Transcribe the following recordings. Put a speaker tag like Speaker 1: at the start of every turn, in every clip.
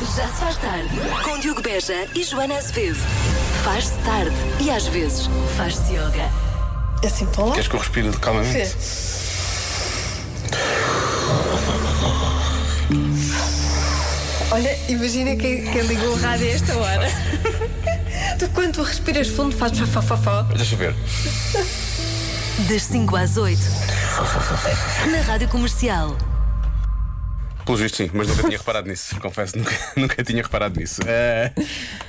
Speaker 1: Já se faz tarde com Diogo Beja e Joana Azevedo. Faz-se tarde e às vezes faz-se yoga.
Speaker 2: É assim tão lá?
Speaker 3: Queres que eu respire calmamente?
Speaker 2: Sim. Olha, imagina quem, quem ligou o rádio a esta hora. tu, quando tu respiras fundo, fazes fafafafó.
Speaker 3: Deixa eu ver.
Speaker 1: Das 5 às 8. Na Rádio Comercial.
Speaker 3: Pelos vistos, sim, mas nunca tinha reparado nisso. Confesso, nunca, nunca tinha reparado nisso. Eh,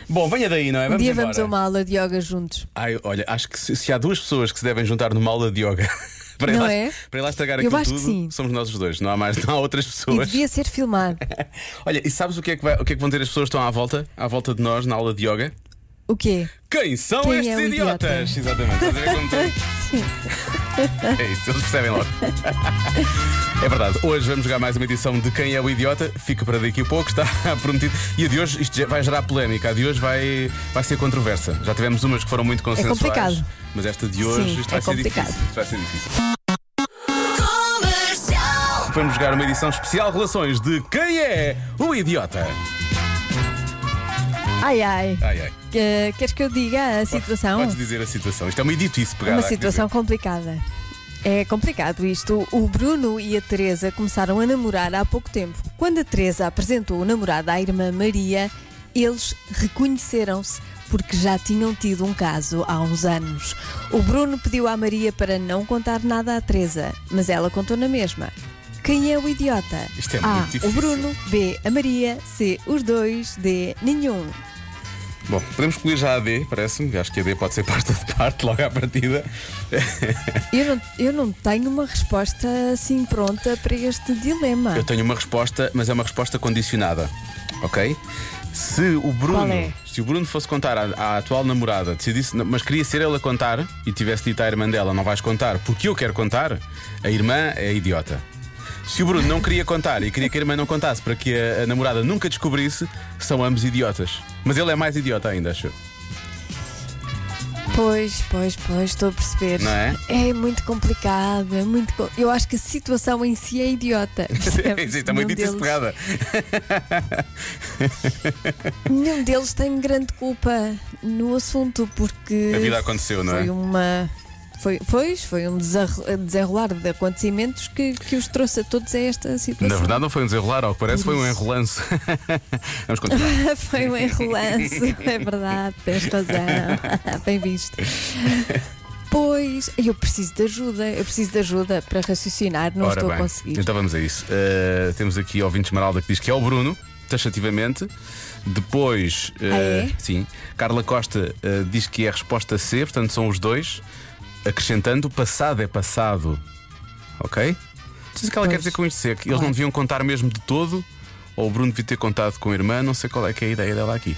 Speaker 3: bom, venha daí, não é?
Speaker 4: Um
Speaker 3: Vamos
Speaker 4: dia
Speaker 3: embora.
Speaker 4: vamos a uma aula de yoga juntos.
Speaker 3: Ai, olha, acho que se, se há duas pessoas que se devem juntar numa aula de yoga para ir
Speaker 4: Não
Speaker 3: lá-
Speaker 4: é?
Speaker 3: para ir lá estragar
Speaker 4: Eu
Speaker 3: aquilo
Speaker 4: acho que
Speaker 3: tudo,
Speaker 4: sim.
Speaker 3: somos nós os dois. Não há mais, não há outras
Speaker 4: E
Speaker 3: pessoas.
Speaker 4: devia ser filmado.
Speaker 3: Olha, e sabes o que, é que vai- o que é que vão ter as pessoas que estão à volta? À volta de nós na aula de yoga?
Speaker 4: O quê?
Speaker 3: Quem são
Speaker 4: Quem
Speaker 3: estes
Speaker 4: é o idiota?
Speaker 3: idiotas? Exatamente. Estás a ver como tem? É isso, eles percebem logo. É verdade, hoje vamos jogar mais uma edição de Quem é o Idiota, fica para daqui a pouco, está prometido. E a de hoje, isto já vai gerar polémica, a de hoje vai, vai ser controversa. Já tivemos umas que foram muito
Speaker 4: É
Speaker 3: consensuais.
Speaker 4: complicado.
Speaker 3: Mas esta de hoje,
Speaker 4: Sim,
Speaker 3: isto vai
Speaker 4: é
Speaker 3: ser
Speaker 4: complicado.
Speaker 3: difícil. Isto vai ser difícil. Vamos jogar uma edição especial Relações de Quem é o Idiota.
Speaker 4: Ai ai.
Speaker 3: Ai, ai.
Speaker 4: Que- queres que eu diga a situação?
Speaker 3: Ah. Podes dizer a situação. Isto é uma idiotice pegada.
Speaker 4: Uma
Speaker 3: há que dizer.
Speaker 4: situação complicada. É complicado isto. O Bruno e a Teresa começaram a namorar há pouco tempo. Quando a Teresa apresentou o namorado à irmã Maria, eles reconheceram-se porque já tinham tido um caso há uns anos. O Bruno pediu à Maria para não contar nada à Teresa, mas ela contou na mesma. Quem é o idiota?
Speaker 3: Isto é
Speaker 4: a,
Speaker 3: muito difícil.
Speaker 4: o Bruno, B, a Maria, C, os dois, D, nenhum.
Speaker 3: Bom, podemos escolher já a D, parece-me. Acho que a D pode ser parte de parte, logo à partida.
Speaker 4: Eu não, eu não tenho uma resposta assim pronta para este dilema.
Speaker 3: Eu tenho uma resposta, mas é uma resposta condicionada. Ok? Se o
Speaker 4: Qual
Speaker 3: Bruno,
Speaker 4: é?
Speaker 3: se o Bruno fosse contar à, à atual namorada, decidisse, mas queria ser ele a contar e tivesse dito à irmã dela, não vais contar, porque eu quero contar, a irmã é idiota. Se o Bruno não queria contar e queria que a irmã não contasse para que a, a namorada nunca descobrisse, são ambos idiotas. Mas ele é mais idiota ainda, acho. eu.
Speaker 4: Pois, pois, pois, estou a perceber.
Speaker 3: Não é?
Speaker 4: É muito complicado, é muito. co- Eu acho que a situação em si é idiota. percebes?
Speaker 3: Sim, está é muito
Speaker 4: Nenhum
Speaker 3: difícil de
Speaker 4: deles-
Speaker 3: pegada.
Speaker 4: Nenhum deles tem grande culpa no assunto, porque.
Speaker 3: A vida aconteceu, não é?
Speaker 4: Foi uma. Foi, pois, foi um desarro- desenrolar de acontecimentos que, que os trouxe a todos a esta situação.
Speaker 3: Na verdade, não foi um desenrolar, ao que parece, foi um enrolance. Vamos continuar.
Speaker 4: Foi um enrolance, é verdade, tens razão. Bem visto. Pois, eu preciso de ajuda, eu preciso de ajuda para raciocinar, não
Speaker 3: Ora
Speaker 4: estou
Speaker 3: bem,
Speaker 4: a conseguir.
Speaker 3: então vamos a isso. Uh, temos aqui o ouvinte Esmeralda que diz que é o Bruno, taxativamente. Depois, uh,
Speaker 4: Ah, é?
Speaker 3: sim, Carla Costa uh, diz que é a resposta C, portanto são os dois. Acrescentando, passado é passado. Ok? Não sei o que ela
Speaker 4: Pois.
Speaker 3: quer dizer com isto C, que eles não
Speaker 4: Claro.
Speaker 3: deviam contar mesmo de todo. Ou o Bruno devia ter contado com a irmã, não sei qual é que é a ideia dela aqui.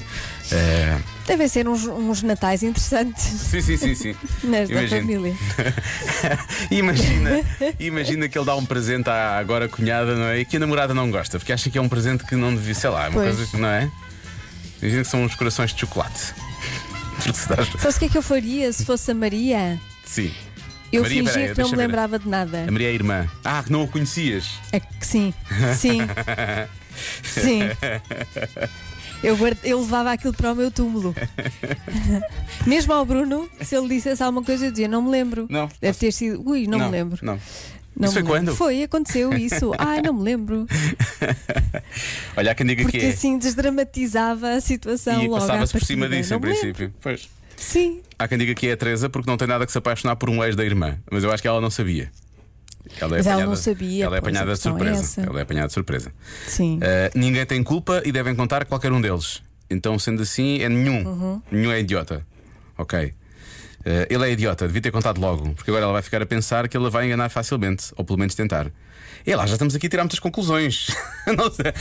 Speaker 3: Uh,
Speaker 4: Devem ser uns, uns natais interessantes
Speaker 3: sim, sim, sim, sim.
Speaker 4: nesta
Speaker 3: Imagino.
Speaker 4: família.
Speaker 3: Imagina, imagina que ele dá um presente à agora cunhada, não é? E que a namorada não gosta, porque acha que é um presente que não devia, sei lá, uma
Speaker 4: Pois.
Speaker 3: coisa que não é? Imagina que são uns corações de chocolate. Porque se dás.
Speaker 4: Sabes o que é que eu faria se fosse a Maria?
Speaker 3: Sim.
Speaker 4: Eu
Speaker 3: Maria,
Speaker 4: fingia
Speaker 3: peraí,
Speaker 4: que não
Speaker 3: deixa
Speaker 4: me
Speaker 3: ver.
Speaker 4: lembrava de nada.
Speaker 3: A Maria é a irmã. Ah, que não a conhecias.
Speaker 4: É que sim, sim, sim. Eu, guarda- eu levava aquilo para o meu túmulo. Mesmo ao Bruno, se ele dissesse alguma coisa, eu dizia: Não me lembro.
Speaker 3: Não.
Speaker 4: Deve ter sido. Ui, É não, me lembro.
Speaker 3: Não.
Speaker 4: Não
Speaker 3: Isso foi
Speaker 4: me lembro.
Speaker 3: quando?
Speaker 4: Foi, aconteceu isso. Ai, não me lembro.
Speaker 3: Olha, há quem diga
Speaker 4: Porque
Speaker 3: que é.
Speaker 4: assim desdramatizava a situação
Speaker 3: e
Speaker 4: logo. à
Speaker 3: passava-se por cima
Speaker 4: partida.
Speaker 3: disso,
Speaker 4: Não
Speaker 3: em
Speaker 4: me lembro.
Speaker 3: princípio. Pois.
Speaker 4: Sim,
Speaker 3: Há quem diga que é a Teresa porque não tem nada que se apaixonar por um ex da irmã, mas eu acho que ela não sabia. Ela é
Speaker 4: Mas ela não
Speaker 3: apanhada-
Speaker 4: sabia,
Speaker 3: Ela é
Speaker 4: pois, a
Speaker 3: apanhada de
Speaker 4: questão é
Speaker 3: surpresa.
Speaker 4: essa.
Speaker 3: ela é apanhada de surpresa.
Speaker 4: sim.
Speaker 3: Uh, ninguém tem culpa e devem contar qualquer um deles. Então, sendo assim, é nenhum. Nenhum é idiota. Ok. Uh, ele é idiota, devia ter contado logo, porque agora ela vai ficar a pensar que ele a vai enganar facilmente, ou pelo menos tentar. E lá, já estamos aqui a tirar muitas conclusões. não, sei,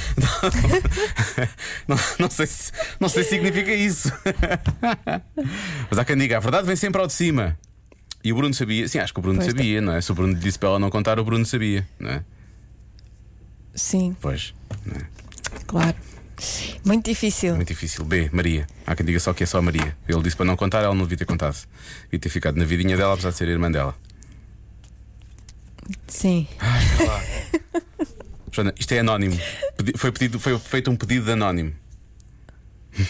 Speaker 3: não, não sei se, não sei se significa isso. Mas há quem diga, a verdade vem sempre ao de cima. E o Bruno sabia, sim, acho que o Bruno
Speaker 4: Pois tá.
Speaker 3: sabia, não é? Se o Bruno lhe disse para ela não contar, o Bruno sabia, não é?
Speaker 4: Sim,
Speaker 3: Pois, não é?
Speaker 4: claro. Muito difícil.
Speaker 3: Muito difícil. B, Maria. Há quem diga só que é só a Maria. Ele disse para não contar, ela não devia ter contado. Devia ter ficado na vidinha dela, apesar de ser irmã dela.
Speaker 4: Sim.
Speaker 3: Joana, isto é anónimo. Pedi- Foi, pedido, foi feito um pedido de anónimo.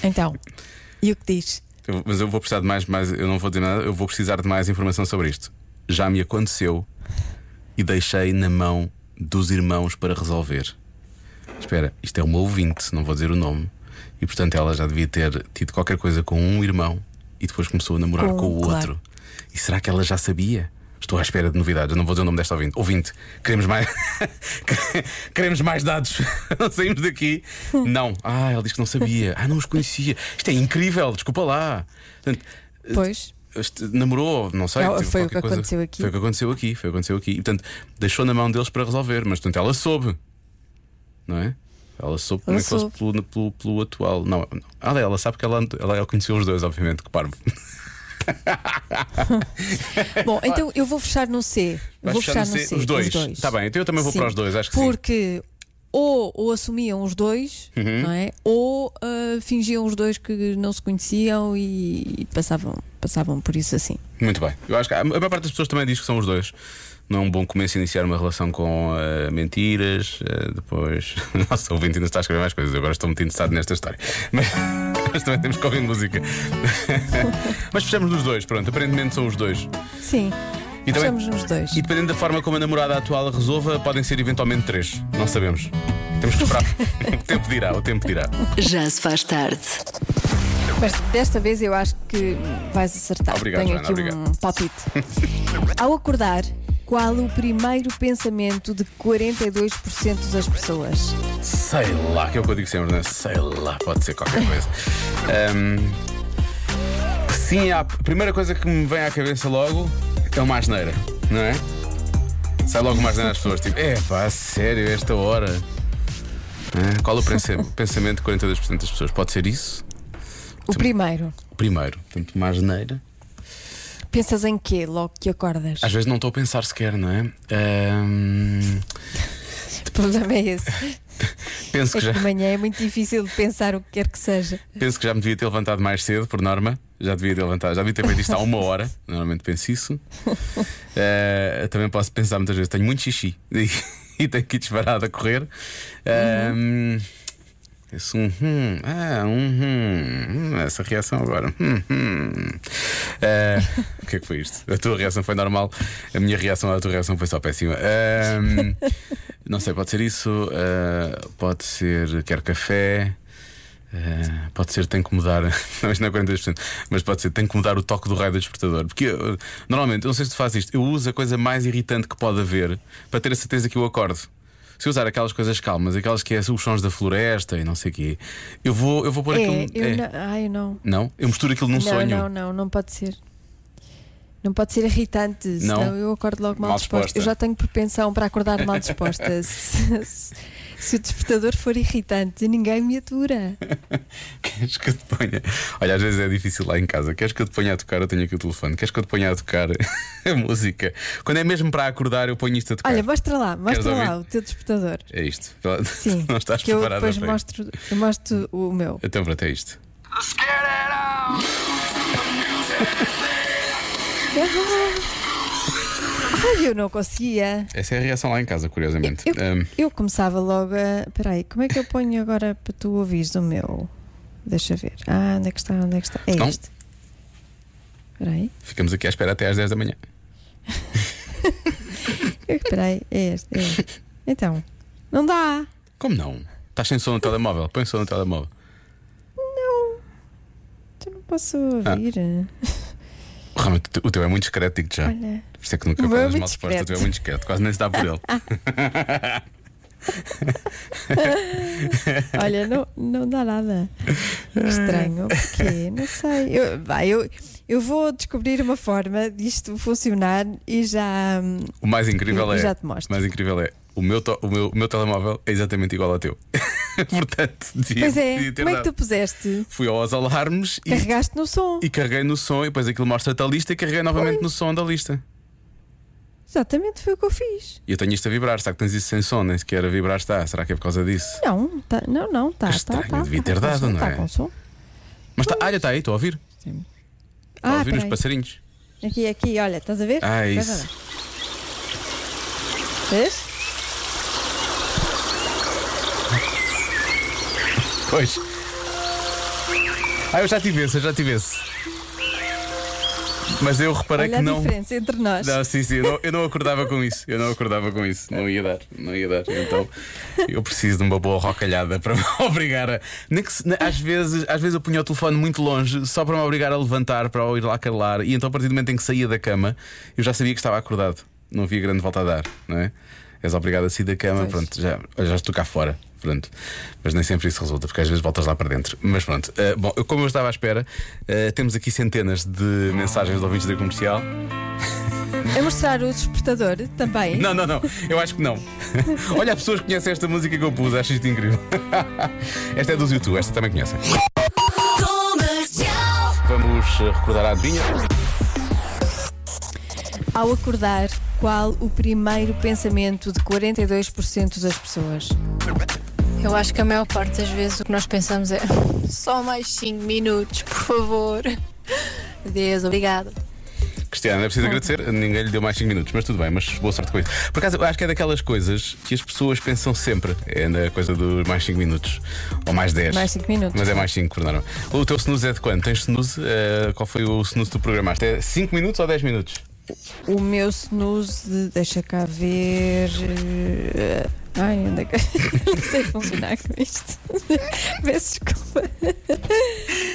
Speaker 4: Então, e o que diz?
Speaker 3: Eu- mas eu vou precisar de mais, mais, eu não vou dizer nada, eu vou precisar de mais informação sobre isto. Já me aconteceu e deixei na mão dos irmãos para resolver. Espera, isto é uma ouvinte, não vou dizer o nome. E portanto ela já devia ter tido qualquer coisa com um irmão e depois começou a namorar
Speaker 4: Com- um,
Speaker 3: com, o
Speaker 4: claro.
Speaker 3: outro. E será que ela já sabia? Estou à espera de novidades, eu não vou dizer o nome desta ouvinte. Ouvinte, queremos mais. queremos mais dados. não saímos daqui. Não. Ah, ela disse que não sabia. Ah, não os conhecia. Isto é incrível, desculpa lá. Portanto,
Speaker 4: Pois,
Speaker 3: este, namorou, não sei.
Speaker 4: Não,
Speaker 3: teve
Speaker 4: foi o
Speaker 3: qualquer
Speaker 4: que aconteceu aqui.
Speaker 3: Foi o que aconteceu aqui, foi o que aconteceu aqui. E, portanto, deixou na mão deles para resolver, mas portanto ela soube, não é? Ela soube como
Speaker 4: Ela
Speaker 3: é que fosse
Speaker 4: soube.
Speaker 3: pelo, pelo, pelo atual. Não, não. Ah, ela sabe que ela, ante- ela conheceu os dois, obviamente, que parvo.
Speaker 4: Bom, então eu vou fechar no C.
Speaker 3: Vais
Speaker 4: vou
Speaker 3: fechar
Speaker 4: fechar
Speaker 3: no
Speaker 4: no
Speaker 3: C, os dois. Tá bem, então eu também vou para os dois, acho que sim.
Speaker 4: Porque ou, ou assumiam os dois,
Speaker 3: Uhum.
Speaker 4: não é? Ou ah, fingiam os dois que não se conheciam e, e passavam, passavam por isso assim.
Speaker 3: Muito bem. Eu acho que a a maior parte das pessoas também diz que são os dois. Não é um bom começo iniciar uma relação com eh, mentiras. eh, depois. Nossa, o ouvinte ainda está a escrever mais coisas. Eu agora estou muito interessado nesta história. Mas, mas também temos que ouvir música. mas fechamos nos dois, pronto. Aparentemente são os dois.
Speaker 4: Sim.
Speaker 3: E também-
Speaker 4: Fechamos nos dois.
Speaker 3: E dependendo da forma como a namorada atual resolva, podem ser eventualmente três. Não sabemos. Temos que esperar. o tempo dirá, o tempo dirá.
Speaker 1: Já se faz tarde.
Speaker 4: Mas desta vez eu acho que vais acertar.
Speaker 3: Obrigado,
Speaker 4: Tenho
Speaker 3: Joana,
Speaker 4: aqui um
Speaker 3: obrigado.
Speaker 4: palpite. Ao acordar, qual o primeiro pensamento de 42% das pessoas?
Speaker 3: Sei lá, que é o que eu digo sempre, né? Sei lá, pode ser qualquer coisa. Ahm, sim, a primeira coisa que me vem à cabeça logo é uma asneira, não é? Sai logo uma asneira às pessoas, tipo, é pá, a sério, a esta hora. Hã? Qual o pense- pensamento de 42% das pessoas? Pode ser isso?
Speaker 4: O primeiro.
Speaker 3: Primeiro, portanto, uma asneira.
Speaker 4: Pensas em quê logo que acordas?
Speaker 3: Às vezes não estou a pensar sequer, não é? Ahm,
Speaker 4: O problema é esse.
Speaker 3: penso
Speaker 4: É
Speaker 3: que já.
Speaker 4: que de manhã é muito difícil de pensar o que quer que seja.
Speaker 3: Penso que já me devia ter levantado mais cedo, por norma. Já devia ter levantado, já devia ter feito isto há uma hora. Normalmente penso isso. Eh, também posso pensar muitas vezes, tenho muito xixi e, e tenho que ir disparado a correr. Eh, Esse um hum, ah, um hum, hum, essa reação agora. hum, hum. Eh, o que é que foi isto? A tua reação foi normal, a minha reação à tua reação foi só péssima. Eh, não sei, pode ser isso, eh, pode ser quer café. Eh, pode ser, tem que mudar. Não, isto não é 42%, mas pode ser, tem que mudar o toque do raio do despertador. Porque eu, normalmente, eu não sei se tu fazes isto, eu uso a coisa mais irritante que pode haver para ter a certeza que eu acordo. Se eu usar aquelas coisas calmas, aquelas que é os sons da floresta e não sei o quê, eu vou, eu vou pôr
Speaker 4: É,
Speaker 3: aquilo.
Speaker 4: eu
Speaker 3: é.
Speaker 4: não. Ai, não.
Speaker 3: Não? Eu misturo aquilo num
Speaker 4: não,
Speaker 3: um sonho.
Speaker 4: não, não, não pode ser. Não pode ser irritante,
Speaker 3: Não.
Speaker 4: senão eu acordo logo mal,
Speaker 3: Mal
Speaker 4: disposta.
Speaker 3: disposta.
Speaker 4: Eu já tenho propensão para acordar mal disposta. se, se- se o despertador for irritante, ninguém me atura.
Speaker 3: Queres que eu te ponha? Olha, às vezes é difícil lá em casa. Queres que eu te ponha a tocar? Eu tenho aqui o telefone. Queres que eu te ponha a tocar a música? Quando é mesmo para acordar, eu ponho isto a tocar.
Speaker 4: Olha, mostra lá, mostra
Speaker 3: Queres
Speaker 4: lá
Speaker 3: ouvir?
Speaker 4: o teu despertador.
Speaker 3: É isto.
Speaker 4: Sim,
Speaker 3: não estás
Speaker 4: que eu
Speaker 3: preparada
Speaker 4: depois
Speaker 3: para isto.
Speaker 4: mostro, eu mostro o meu.
Speaker 3: Então, pronto, é isto.
Speaker 4: Ai, eu não conseguia.
Speaker 3: Essa é a reação lá em casa, curiosamente.
Speaker 4: Eu,
Speaker 3: Ahm,
Speaker 4: eu começava logo a. Peraí, como é que eu ponho agora para tu ouvires o meu? Deixa ver. Ah, onde é que está? Onde é que está? É
Speaker 3: Não.
Speaker 4: este. Peraí.
Speaker 3: ficamos aqui à espera até às 10 da manhã.
Speaker 4: Peraí, é este. É este. Então, não dá.
Speaker 3: Como não? Estás sem som no telemóvel? Põe som no telemóvel.
Speaker 4: Não. Tu não posso
Speaker 3: Ah,
Speaker 4: ouvir.
Speaker 3: Realmente, o teu- o teu é muito discreto, digo já.
Speaker 4: Olha.
Speaker 3: Por isso é que nunca
Speaker 4: O meu é
Speaker 3: falas
Speaker 4: muito
Speaker 3: mal disposta, o teu é
Speaker 4: discreto.
Speaker 3: muito discreto, quase nem se dá por ele.
Speaker 4: Olha, não, não dá nada.
Speaker 3: Ah.
Speaker 4: Que Estranho. Porquê? Não sei. Eu, vai, eu, eu vou descobrir uma forma disto funcionar e já. hum,
Speaker 3: O mais incrível
Speaker 4: Eu
Speaker 3: é.
Speaker 4: já te mostro.
Speaker 3: O mais incrível é. O meu, to- o, meu, o meu telemóvel é exatamente igual ao teu. Portanto, devia,
Speaker 4: Pois é,
Speaker 3: devia ter
Speaker 4: como é que tu
Speaker 3: dado.
Speaker 4: puseste?
Speaker 3: Fui aos alarmes e,
Speaker 4: Carregaste no som.
Speaker 3: e carreguei no som, e depois aquilo mostra-te a lista e carreguei novamente no som da lista.
Speaker 4: Exatamente, foi o que eu fiz.
Speaker 3: E eu tenho isto a vibrar, será que tens isso sem som? Nem sequer a vibrar está. Será que é por causa disso?
Speaker 4: Não, tá, não, não, tá, tá,
Speaker 3: Estranho,
Speaker 4: tá.
Speaker 3: devia
Speaker 4: tá
Speaker 3: ter
Speaker 4: com
Speaker 3: dado,
Speaker 4: som,
Speaker 3: não
Speaker 4: tá
Speaker 3: é?
Speaker 4: com som.
Speaker 3: Mas tá, olha, está aí, estou a ouvir. Estou Tá a
Speaker 4: Ah,
Speaker 3: ouvir os
Speaker 4: peraí.
Speaker 3: passarinhos.
Speaker 4: aqui, aqui, olha, estás a ver?
Speaker 3: Ah,
Speaker 4: Estás a
Speaker 3: isso.
Speaker 4: ver? Vês?
Speaker 3: Pois. Ah, eu já tive esse, eu já tive esse. Mas eu reparei
Speaker 4: Olha a
Speaker 3: que não.
Speaker 4: diferença entre nós.
Speaker 3: Não, sim, sim, eu não, eu não acordava com isso. Eu não acordava com isso. Não ia dar, não ia dar. Então eu preciso de uma boa rocalhada para me obrigar a. nem que se- Às vezes, às vezes eu punha o telefone muito longe só para me obrigar a levantar, para eu ir lá calar. E então, a partir do momento em que saía da cama, eu já sabia que estava acordado. Não havia grande volta a dar, não é? És obrigado a sair da cama, pronto, já, já estou cá fora. Pronto. Mas nem sempre isso resulta, porque às vezes voltas lá para dentro. Mas pronto, eh, bom, eu- como eu estava à espera, eh, temos aqui centenas de mensagens de ouvintes da comercial.
Speaker 4: A É mostrar o despertador também.
Speaker 3: Não, não, não. Eu acho que não. Olha, as pessoas que conhecem esta música que eu pus, acho isto incrível. esta é dos YouTube, esta também conhecem. Vamos eh, recordar a adivinha.
Speaker 4: Ao acordar, qual o primeiro pensamento de 42% das pessoas?
Speaker 5: Eu acho que a maior parte das vezes o que nós pensamos é só mais 5 minutos, por favor. Deus, obrigada.
Speaker 3: Cristiana, não é preciso agradecer, ninguém lhe deu mais 5 minutos, mas tudo bem, mas boa sorte com isso. Por acaso, eu acho que é daquelas coisas que as pessoas pensam sempre. É na coisa dos mais 5 minutos. Ou mais 10.
Speaker 4: Mais cinco minutos.
Speaker 3: Mas é mais 5, Fernando. O teu snooze é de quanto? Tens snooze? Eh, qual foi o snooze que tu programaste? É 5 minutos ou 10 minutos?
Speaker 4: O meu snooze, deixa cá ver. eh, Ai, onde é que. Não sei funcionar com isto. Peço desculpa.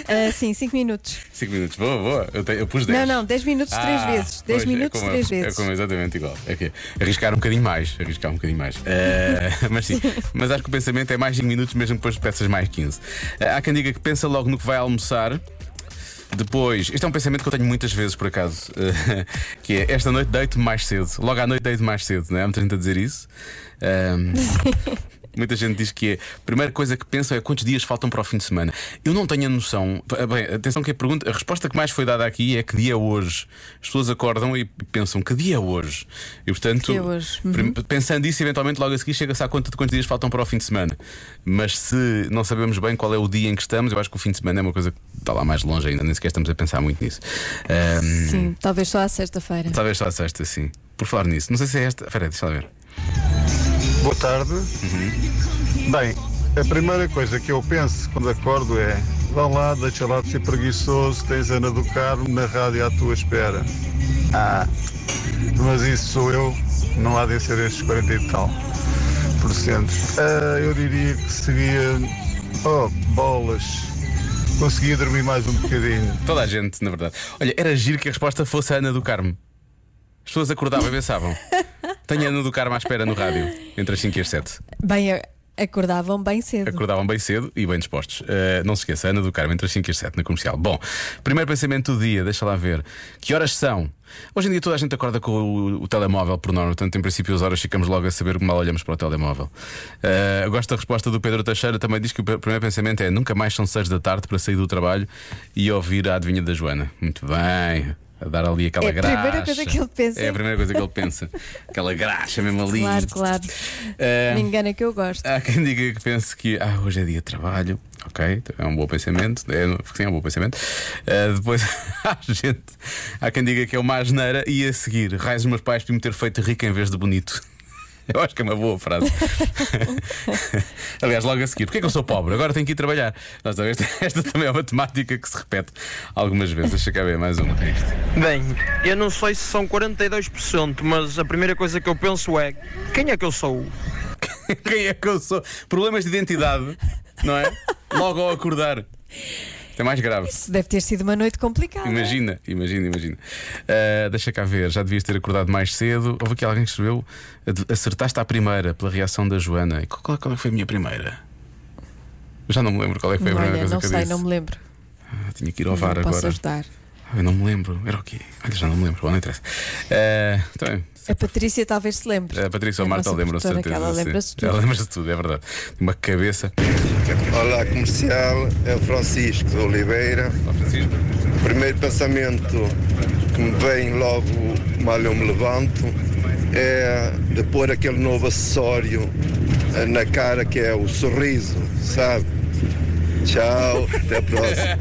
Speaker 4: Ah, sim, 5 minutos.
Speaker 3: 5 minutos, boa, boa. Eu, te- eu pus 10.
Speaker 4: Não, não, 10 minutos 3
Speaker 3: Ah,
Speaker 4: vezes. 10
Speaker 3: pois,
Speaker 4: minutos
Speaker 3: é como,
Speaker 4: 3
Speaker 3: é
Speaker 4: vezes.
Speaker 3: como exatamente igual. É que arriscar um bocadinho mais. Arriscar um bocadinho mais. Eh, mas sim, mas acho que o pensamento é mais 5 minutos, mesmo depois de peças mais 15. Eh, há quem diga que pensa logo no que vai almoçar. Depois, este é um pensamento que eu tenho muitas vezes por acaso, eh, que é esta noite deito mais cedo, logo à noite deito mais cedo, não é? Há muita gente a dizer isso. Eh, Ahm, Muita gente diz que é. A primeira coisa que pensam é quantos dias faltam para o fim de semana. Eu não tenho a noção. P- Bem, atenção que a pergunta, a resposta que mais foi dada aqui é que dia é hoje. As pessoas acordam e pensam que dia é hoje. E portanto,
Speaker 4: Que dia é hoje?
Speaker 3: prim- pensando isso, eventualmente logo a seguir chega-se à conta de quantos dias faltam para o fim de semana. Mas se não sabemos bem qual é o dia em que estamos, eu acho que o fim de semana é uma coisa que está lá mais longe ainda, nem sequer estamos a pensar muito nisso. Ahm,
Speaker 4: Sim, Hum, talvez só à sexta-feira.
Speaker 3: talvez só a sexta, sim. Por falar nisso, não sei se é esta. Espera, aí, deixa lá ver.
Speaker 6: Boa tarde. Bem, a primeira coisa que eu penso quando acordo é: vá lá, deixa lá de ser preguiçoso, tens Ana do Carmo na rádio à tua espera. Ah, mas isso sou eu, não há de ser estes 40 e tal por cento. Ah, eu diria que seria. Oh, bolas. Consegui dormir mais um bocadinho.
Speaker 3: Toda a gente, na verdade. Olha, era giro que a resposta fosse a Ana do Carmo. As pessoas acordavam e pensavam. Tenho a Ana do Carmo à espera no rádio, entre as 5 e as 7.
Speaker 4: Bem, a- acordavam bem cedo.
Speaker 3: Acordavam bem cedo e bem dispostos. Eh, não se esqueça, Ana do Carmo, entre as 5 e as 7 na comercial. Bom, primeiro pensamento do dia, deixa lá ver. Que horas são? Hoje em dia toda a gente acorda com o, o telemóvel por norma, portanto, em princípio, as horas ficamos logo a saber que mal olhamos para o telemóvel. Eh, eu gosto da resposta do Pedro Teixeira, também diz que o pe- primeiro pensamento é nunca mais são 6 da tarde para sair do trabalho e ouvir a adivinha da Joana. Muito bem. A dar ali aquela
Speaker 4: É a
Speaker 3: graxa.
Speaker 4: primeira coisa que ele pensa.
Speaker 3: É a primeira coisa que ele pensa. Aquela graxa mesmo ali.
Speaker 4: Claro, claro.
Speaker 3: Eh,
Speaker 4: Me engana que eu gosto.
Speaker 3: Há quem diga que pense que ah, hoje é dia de trabalho. Ok, é um bom pensamento. É, sim, é um bom pensamento. Ah, depois há gente. Há quem diga que é uma asneira e a seguir, raios dos meus pais por me ter feito rico em vez de bonito. Eu acho que é uma boa frase. Aliás, logo a seguir, porque é que eu sou pobre? Agora tenho que ir trabalhar. Nós, esta, esta também é uma temática que se repete algumas vezes. Deixa cá ver mais uma.
Speaker 7: Bem, eu não sei se são 42%, mas a primeira coisa que eu penso é: quem é que eu sou?
Speaker 3: Quem é que eu sou? Problemas de identidade, não é? Logo ao acordar. É mais grave.
Speaker 4: Isso deve ter sido uma noite complicada.
Speaker 3: Imagina, imagina, imagina. Ah, deixa cá ver, já devias ter acordado mais cedo. Houve aqui alguém que escreveu: "Ad- acertaste à primeira pela reação da Joana. E Qual, qual é que foi a minha primeira? Eu Já não me lembro qual é que foi a primeira
Speaker 4: Olha,
Speaker 3: coisa
Speaker 4: não
Speaker 3: que eu
Speaker 4: sei,
Speaker 3: disse.
Speaker 4: não me lembro.
Speaker 3: Ah, tinha que ir ao
Speaker 4: Não
Speaker 3: VAR
Speaker 4: posso
Speaker 3: agora.
Speaker 4: ajudar.
Speaker 3: Ah, eu não me lembro. Era o quê? Olha, já não me lembro. Bom, não interessa. Ah, tá bem.
Speaker 4: A Patrícia talvez se lembre.
Speaker 3: A Patrícia ou
Speaker 4: A
Speaker 3: a Marta
Speaker 4: nossa
Speaker 3: lembram-se de
Speaker 4: produtora, que
Speaker 3: certeza.
Speaker 4: ela
Speaker 3: sim.
Speaker 4: lembra-se de
Speaker 3: Ela
Speaker 4: tudo.
Speaker 3: lembra-se de tudo, é verdade. Uma cabeça.
Speaker 8: Olá, comercial, é o Francisco de Oliveira.
Speaker 3: Ó, Francisco.
Speaker 8: O primeiro pensamento que me vem logo mal eu me levanto é de pôr aquele novo acessório eh, na cara que é o sorriso, sabe? Tchau, até a próxima.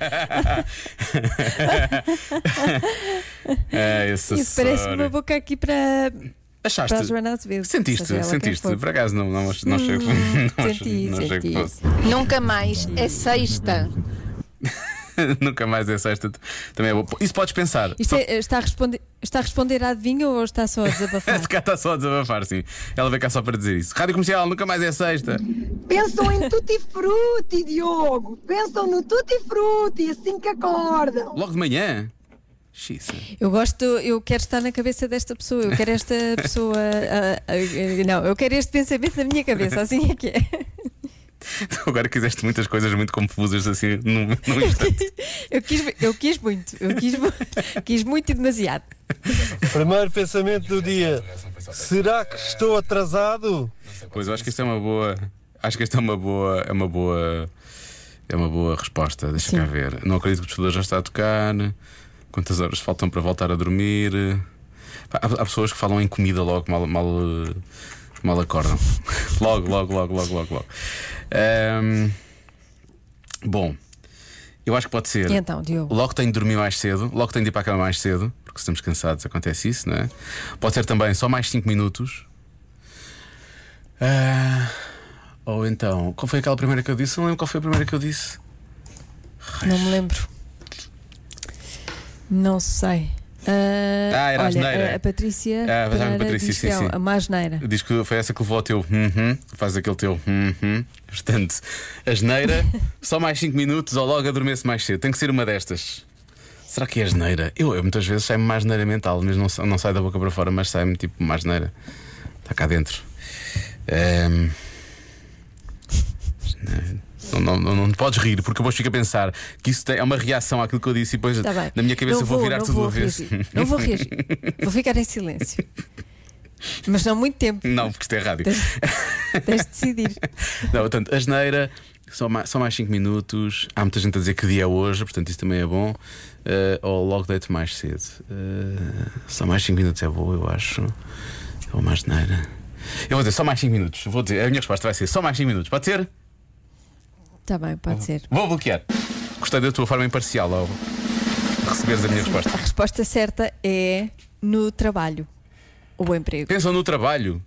Speaker 3: É, esse
Speaker 4: Isso parece-me
Speaker 3: acessório.
Speaker 4: uma boca aqui para,
Speaker 3: Achaste?
Speaker 4: para a Joana Azevedo.
Speaker 3: Sentiste,
Speaker 4: seja ela quem
Speaker 3: sentiste.
Speaker 4: for. Hum,
Speaker 3: Por acaso não, não, ach- não achei que fosse. não achei-
Speaker 4: senti,
Speaker 3: não achei que
Speaker 4: senti.
Speaker 3: fosse.
Speaker 5: Nunca mais é sexta.
Speaker 3: Nunca mais é sexta. Também é bom. Isso podes pensar.
Speaker 4: Isto é- está, a responde- está a responder à adivinha ou está só a desabafar?
Speaker 3: Se cá está só a desabafar, sim. Ela veio cá só para dizer isso. Rádio comercial, nunca mais é sexta.
Speaker 9: Pensam em tutti frutti, Diogo. Pensam no tutti frutti assim que acordam.
Speaker 3: Logo de manhã. Xiça.
Speaker 4: Eu gosto, eu quero estar na cabeça desta pessoa, eu quero esta pessoa. ah, ah, ah, não, eu quero este pensamento na minha cabeça, assim é que é.
Speaker 3: Tu Agora quiseste muitas coisas muito confusas assim num, num instante.
Speaker 4: Eu quis, eu quis muito, eu quis, mu- quis muito e demasiado.
Speaker 10: Primeiro pensamento do dia. Será que estou atrasado?
Speaker 3: Pois eu acho que isto é uma boa. Acho que esta é uma boa. É uma boa. É uma boa resposta. Deixa cá ver. Não acredito que o despertador já está a tocar. Quantas horas faltam para voltar a dormir? Pá, Há, há pessoas que falam em comida logo, mal, mal, eh, mal acordam. logo, logo, logo, logo, logo, logo. Ahm, bom, eu acho que pode ser.
Speaker 4: E então, Diogo?
Speaker 3: Logo tenho de dormir mais cedo, logo tenho de ir para a cama mais cedo, porque se estamos cansados acontece isso, não é? Pode ser também só mais 5 minutos. Ah, ou então, qual foi aquela primeira que eu disse? Não lembro qual foi a primeira que eu disse.
Speaker 4: Não me lembro. Não sei.
Speaker 3: Ah, era a
Speaker 4: olha,
Speaker 3: asneira.
Speaker 4: a, a Patrícia,
Speaker 3: Ah, a
Speaker 4: Pereira
Speaker 3: Patrícia,
Speaker 4: diz
Speaker 3: sim,
Speaker 4: que é
Speaker 3: sim.
Speaker 4: a má asneira.
Speaker 3: Diz que foi essa que levou ao teu uhum, faz aquele teu uhum. Portanto, a geneira, só mais 5 minutos ou logo adormeço mais cedo. Tem que ser uma destas. Será que é a geneira? Eu, eu muitas vezes sai-me mais geneira mental, mas não, sa- não sai da boca para fora, mas sai-me tipo mais geneira. Está cá dentro. Ahm. Geneira. Não, não, não, não te podes rir, porque eu depois fico a pensar que isso tem- é uma reação àquilo que eu disse e depois
Speaker 4: Está Tá bem.
Speaker 3: na minha cabeça
Speaker 4: não
Speaker 3: eu vou, virar
Speaker 4: não
Speaker 3: tudo de
Speaker 4: vou
Speaker 3: uma vez.
Speaker 4: reagir, Não vou reagir. Vou ficar em silêncio. Mas não muito tempo.
Speaker 3: Não, porque isto é rádio.
Speaker 4: Tens, tens de decidir.
Speaker 3: Não, portanto, a geneira, só mais, só mais 5 minutos. Há muita gente a dizer que dia é hoje, portanto, isso também é bom. Eh, ou logo deito mais cedo. Eh, só mais 5 minutos é bom, eu acho. É uma geneira. Eu vou dizer só mais 5 minutos. Vou dizer, a minha resposta vai ser só mais 5 minutos. Pode ser?
Speaker 4: Está Tá bem, pode ser.
Speaker 3: Vou bloquear. Gostei da tua forma imparcial ao receberes a minha resposta.
Speaker 4: A resposta certa é no trabalho ou emprego.
Speaker 3: Pensam no trabalho.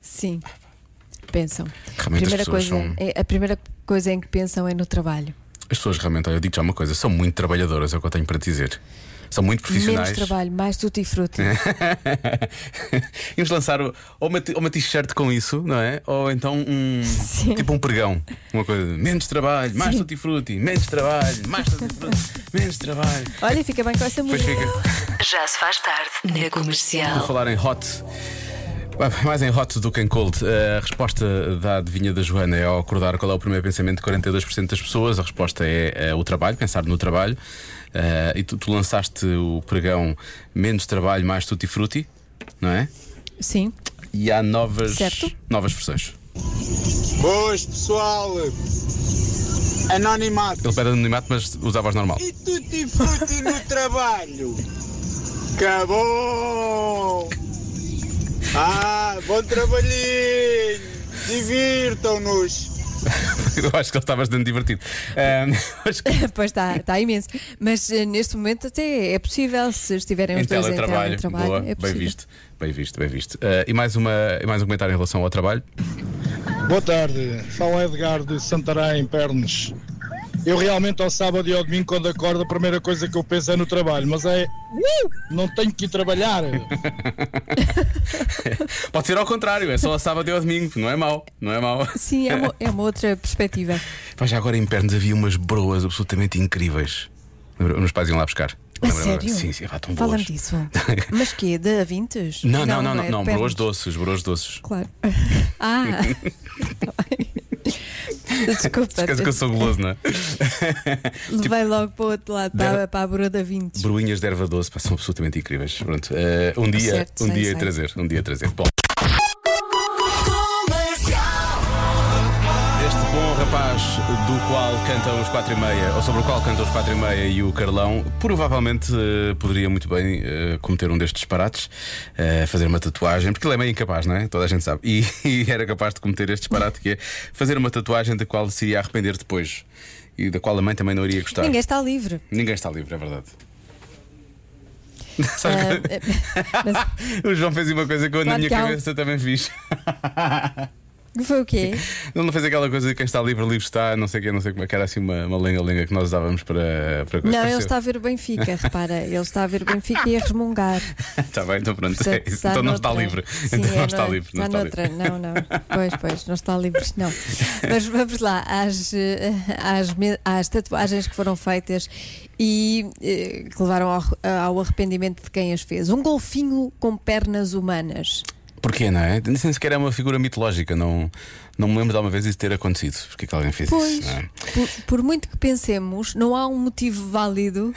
Speaker 4: Sim. Pensam.
Speaker 3: Realmente as
Speaker 4: primeira coisa,
Speaker 3: pessoas são-
Speaker 4: é- a primeira coisa em que pensam é no trabalho.
Speaker 3: As pessoas realmente, olha, eu digo já uma coisa, são muito trabalhadoras, é o que eu tenho para te dizer. São muito
Speaker 4: Menos
Speaker 3: profissionais.
Speaker 4: trabalho, mais tutti frutti.
Speaker 3: Íamos lançar o- ou uma, ti- ou uma t-shirt com isso, não é? Ou então um.
Speaker 4: Sim.
Speaker 3: Tipo um pregão. Uma coisa. Menos trabalho, mais tutti-frutti. Menos trabalho, mais tutti-frutti. menos trabalho.
Speaker 4: Olha, fica bem com essa
Speaker 3: Depois
Speaker 4: música.
Speaker 3: fica.
Speaker 1: Já se faz tarde na
Speaker 3: Por
Speaker 1: comercial.
Speaker 3: falar em hot. Bah, Mais em hot do que em cold. A resposta da adivinha da Joana é ao acordar qual é o primeiro pensamento de 42% das pessoas. A resposta é, eh, o trabalho, pensar no trabalho. Eh, e tu, tu lançaste o pregão menos trabalho, mais tutti-frutti, não é?
Speaker 4: Sim.
Speaker 3: E há novas,
Speaker 4: Certo.
Speaker 3: novas versões.
Speaker 11: Boas pessoal, anonimato
Speaker 3: Ele pede anonimato, mas usa a voz normal.
Speaker 11: e tutti frutti no trabalho. Acabou! Ah, bom trabalhinho! Divirtam-nos!
Speaker 3: Eu acho que ele está bastante divertido. Ahm, acho que-
Speaker 4: Pois está, está imenso. Mas eh, neste momento até é possível, se estiverem
Speaker 3: em
Speaker 4: os dois
Speaker 3: teletrabalho.
Speaker 4: em teletrabalho.
Speaker 3: Boa,
Speaker 4: então um é
Speaker 3: bem
Speaker 4: possível.
Speaker 3: visto. Bem visto, bem visto. Ah, e, mais uma, e mais um comentário em relação ao trabalho.
Speaker 10: Boa tarde. Fala Edgar de Santarém, Pernes. Eu realmente ao sábado e ao domingo quando acordo a primeira coisa que eu penso é no trabalho, mas é não tenho que ir trabalhar.
Speaker 3: Pode ser ao contrário, é só a sábado e ao domingo, não é mau, não é mau.
Speaker 4: Sim, é uma, é uma outra perspectiva.
Speaker 3: Mas já agora em Pernas havia umas broas absolutamente incríveis. Lembra, meus pais iam lá buscar.
Speaker 4: A
Speaker 3: Lembra-
Speaker 4: sério?
Speaker 3: Sim, sim, pá, tão boas.
Speaker 4: Fala-me disso. Mas quê? De A20?
Speaker 3: Não, não, não,
Speaker 4: é
Speaker 3: não,
Speaker 4: de
Speaker 3: não,
Speaker 4: pernas.
Speaker 3: broas doces, broas doces.
Speaker 4: Claro. Ah! Desculpa.
Speaker 3: Quer dizer que eu sou goloso, não é?
Speaker 4: Levei logo para o outro lado, para, para a Bura da 20.
Speaker 3: Bruinhas de erva doce pá, são absolutamente incríveis. Pronto, eh, um dia,
Speaker 4: Tá Certo,
Speaker 3: um
Speaker 4: sei,
Speaker 3: dia
Speaker 4: sei.
Speaker 3: a trazer, um dia a trazer. Bom. Este bom rapaz do qual cantam os 4 e meia, ou sobre o qual cantam os 4 e meia e o Carlão, provavelmente eh, poderia muito bem eh, cometer um destes disparates, eh, fazer uma tatuagem, porque ele é meio incapaz, não é? Toda a gente sabe. E, e era capaz de cometer este disparate que é fazer uma tatuagem da qual se iria arrepender depois e da qual a mãe também não iria gostar.
Speaker 4: Ninguém está livre.
Speaker 3: Ninguém está livre, é verdade.
Speaker 4: Ah,
Speaker 3: Sabes que-
Speaker 4: eh, mas
Speaker 3: o João fez uma coisa que eu na
Speaker 4: Claro
Speaker 3: minha
Speaker 4: que há um-
Speaker 3: cabeça também fiz.
Speaker 4: Que foi o quê?
Speaker 3: Ele não fez aquela coisa de quem está livre, livre está, não sei o quê, não sei como é que era assim uma, uma lenga-lenga que nós usávamos para, para coisa.
Speaker 4: Não, ele
Speaker 3: Pareceu.
Speaker 4: está a ver o Benfica, repara. Ele está a ver o Benfica e a resmungar.
Speaker 3: Está bem, então pronto,
Speaker 4: Portanto,
Speaker 3: é isso.
Speaker 4: está
Speaker 3: Então não está
Speaker 4: noutra.
Speaker 3: livre.
Speaker 4: Sim,
Speaker 3: então
Speaker 4: é,
Speaker 3: não está
Speaker 4: é-
Speaker 3: livre. Não
Speaker 4: Está
Speaker 3: está livre.
Speaker 4: noutra, não, não. Pois, pois, não está livre, não. Mas vamos lá às, eh, às, me- às tatuagens que foram feitas e eh, que levaram ao, ao arrependimento de quem as fez. Um golfinho com pernas humanas.
Speaker 3: Porquê, não é? Nem sequer é uma figura mitológica, não, não me lembro de alguma vez isso ter acontecido. Porque é que alguém fez
Speaker 4: Pois,
Speaker 3: isso? não é?
Speaker 4: por, por muito que pensemos, não há um motivo válido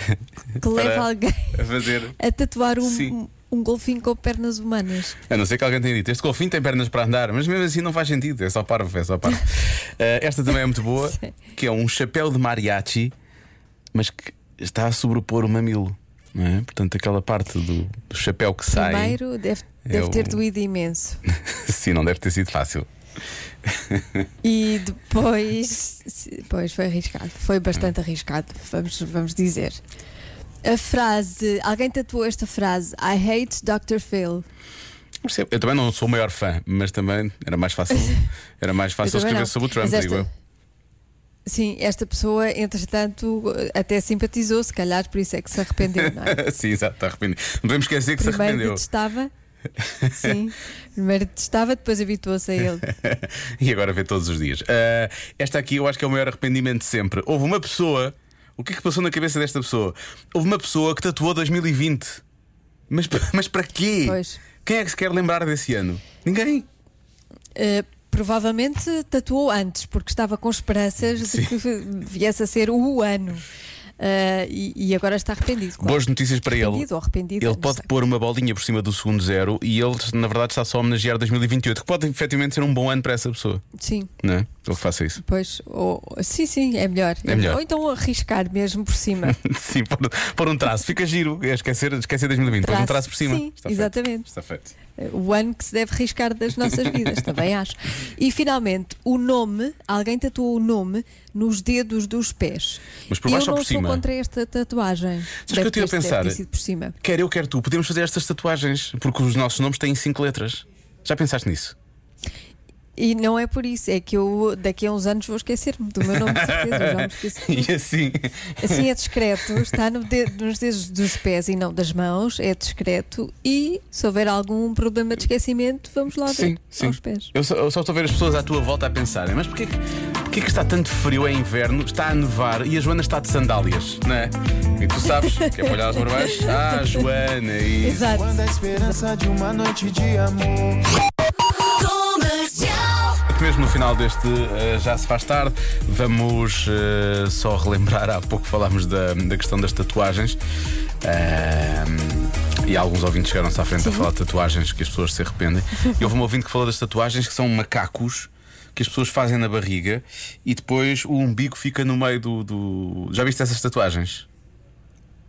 Speaker 4: que leve
Speaker 3: Para-
Speaker 4: alguém
Speaker 3: A fazer.
Speaker 4: a tatuar um,
Speaker 3: Sim.
Speaker 4: um golfinho com pernas humanas.
Speaker 3: A não ser que alguém tenha dito, este golfinho tem pernas para andar, mas mesmo assim não faz sentido, é só parvo, é só parvo. Eh, esta também é muito boa, que é um chapéu de mariachi, mas que está a sobrepor o mamilo. Não é? Portanto, aquela parte do, do chapéu que sai.
Speaker 4: Primeiro, deve,
Speaker 3: Tá é
Speaker 4: deve ter
Speaker 3: o-
Speaker 4: doído imenso.
Speaker 3: Sim, não deve ter sido fácil.
Speaker 4: E depois, depois foi arriscado, foi bastante arriscado, vamos, vamos dizer. A frase, alguém tatuou esta frase: I hate Dr. Phil.
Speaker 3: Percebo. Eu também não sou o maior fã, mas também era mais fácil, era mais fácil
Speaker 4: Eu também
Speaker 3: escrever
Speaker 4: não.
Speaker 3: sobre o Trump,
Speaker 4: Mas esta-
Speaker 3: digo eu.
Speaker 4: Sim, esta pessoa, entretanto, até simpatizou, se calhar por isso é que se arrependeu, não é?
Speaker 3: Sim, exato, está arrependido. Não podemos esquecer que se
Speaker 4: Primeiro
Speaker 3: arrependeu.
Speaker 4: detestava, sim, primeiro detestava, depois habituou-se a ele.
Speaker 3: e agora vê todos os dias. Ah, esta aqui eu acho que é o maior arrependimento de sempre. Houve uma pessoa. O que é que passou na cabeça desta pessoa? Houve uma pessoa que tatuou 2020. Mas, pa- mas para quê? Quem é que se quer lembrar desse ano? Ninguém.
Speaker 4: Uh, provavelmente tatuou antes, porque estava com esperanças de que viesse a ser o ano. Uh, e, e agora está arrependido. claro.
Speaker 3: Boas notícias para ele.
Speaker 4: Arrependido ou arrependido.
Speaker 3: Ele pode pôr uma bolinha por cima do segundo zero e ele, na verdade, está só a homenagear 2028, que pode efetivamente ser um bom ano para essa pessoa.
Speaker 4: Sim,
Speaker 3: Não é? Ele que faça isso.
Speaker 4: pois. Ou, sim, sim, é melhor.
Speaker 3: É melhor.
Speaker 4: Ou então arriscar mesmo por cima.
Speaker 3: Sim, pôr, pôr um traço. Fica giro. É esquecer, esquecer 2020. Pôs um traço por cima.
Speaker 4: Sim,
Speaker 3: Está feito.
Speaker 4: exatamente.
Speaker 3: Está feito.
Speaker 4: O ano que se deve riscar das nossas vidas, também acho. E finalmente, o nome, alguém tatuou o nome nos dedos dos pés.
Speaker 3: Mas por
Speaker 4: eu
Speaker 3: baixo ou
Speaker 4: não
Speaker 3: por
Speaker 4: sou
Speaker 3: cima?
Speaker 4: contra esta tatuagem.
Speaker 3: que
Speaker 4: Deve
Speaker 3: eu tive a
Speaker 4: ter- deve
Speaker 3: pensar?
Speaker 4: ter sido por cima.
Speaker 3: Quer eu, quer tu, podemos fazer estas tatuagens, porque os nossos nomes têm cinco letras. Já pensaste nisso?
Speaker 4: E não é por isso, é que eu daqui a uns anos vou esquecer-me do meu nome, de certeza. eu já me esqueci.
Speaker 3: e assim.
Speaker 4: Assim é discreto, está no de- nos dedos dos pés e não das mãos, é discreto. E se houver algum problema de esquecimento, vamos lá
Speaker 3: Sim,
Speaker 4: ver
Speaker 3: sim.
Speaker 4: aos pés.
Speaker 3: Eu só, eu só estou a ver as pessoas à tua volta a pensarem, mas porquê, que- porquê que está tanto frio? É inverno, está a nevar e a Joana está de sandálias, não é? E tu sabes, que é para olhar as barbas. Ah, Joana, e.
Speaker 4: Exato.
Speaker 12: Quando a esperança de uma noite de amor.
Speaker 3: Porque É mesmo no final deste eh, Já Se Faz Tarde, vamos eh, só relembrar, há pouco falámos da, da questão das tatuagens. Ahm, e alguns ouvintes chegaram-se à frente a falar de tatuagens que as pessoas se arrependem. E houve um ouvinte que falou das tatuagens que são macacos que as pessoas fazem na barriga e depois o umbigo fica no meio do. do- Já viste essas tatuagens?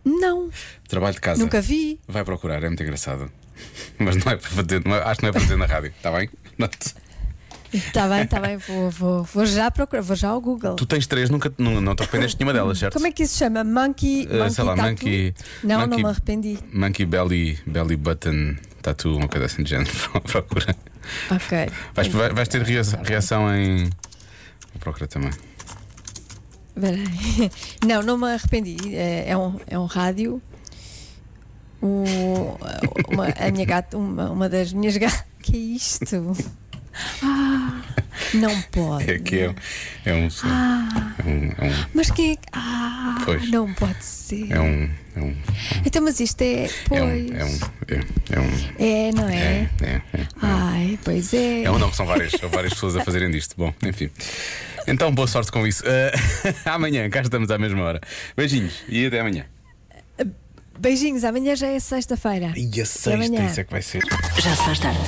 Speaker 4: Não,
Speaker 3: Trabalho de casa.
Speaker 4: nunca vi.
Speaker 3: Vai procurar, é muito engraçado. Mas não é para fazer, não é- acho que não é para fazer na rádio, está bem? Pronto.
Speaker 4: Está bem, está bem, vou, vou, vou já procurar, vou já ao Google.
Speaker 3: Tu tens três, nunca não, não te arrependeste de nenhuma delas, certo?
Speaker 4: Como é que isso se chama? Monkey.
Speaker 3: Eh,
Speaker 4: monkey
Speaker 3: sei lá,
Speaker 4: tattoo?
Speaker 3: monkey-
Speaker 4: Não, não
Speaker 3: monkey-
Speaker 4: me arrependi.
Speaker 3: Monkey Belly, belly Button Tattoo, uma coisa assim de género. Procura.
Speaker 4: Ok.
Speaker 3: Vais, vai- vais ter rea- reação em. Procura também.
Speaker 4: Espera aí. Não, não me arrependi. É, é um, é um rádio. O- uma, a minha gata, uma, uma das minhas gatas. Que é isto? Ah, não pode.
Speaker 3: É que é, é um.
Speaker 4: Ah,
Speaker 3: É um, é um-
Speaker 4: mas quem é que. Ah,
Speaker 3: Pois.
Speaker 4: não pode ser.
Speaker 3: é um. É um.
Speaker 4: Então, mas isto é.
Speaker 3: É
Speaker 4: Pois.
Speaker 3: um. É um. É, é um.
Speaker 4: É, não é?
Speaker 3: É, é, é.
Speaker 4: Ai, pois é.
Speaker 3: É um não, são várias, são várias pessoas a fazerem disto. Bom, enfim. Então, boa sorte com isso. Eh, amanhã, cá estamos à mesma hora. Beijinhos e até amanhã.
Speaker 4: Beijinhos, amanhã já é sexta-feira.
Speaker 3: E a sexta,
Speaker 4: amanhã.
Speaker 3: isso é que vai ser.
Speaker 1: Já se faz tarde.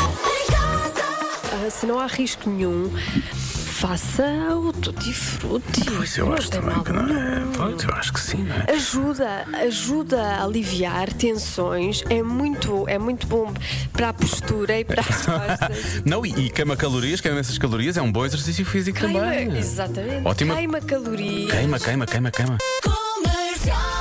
Speaker 2: Ah, se não há risco nenhum, faça o tutti frutti.
Speaker 3: Pois eu
Speaker 2: Não
Speaker 3: acho
Speaker 2: tem
Speaker 3: também
Speaker 2: mal
Speaker 3: que não é.
Speaker 2: nenhum.
Speaker 3: Pois eu acho que sim, não é?
Speaker 2: Ajuda, ajuda a aliviar tensões. É muito, é muito bom para a postura e para as costas.
Speaker 3: Não, e, e queima calorias, queima essas calorias, é um bom exercício físico
Speaker 2: Queima,
Speaker 3: também.
Speaker 2: exatamente.
Speaker 3: Ótima.
Speaker 2: Queima calorias.
Speaker 3: Queima, queima, queima, queima.
Speaker 1: Comercial.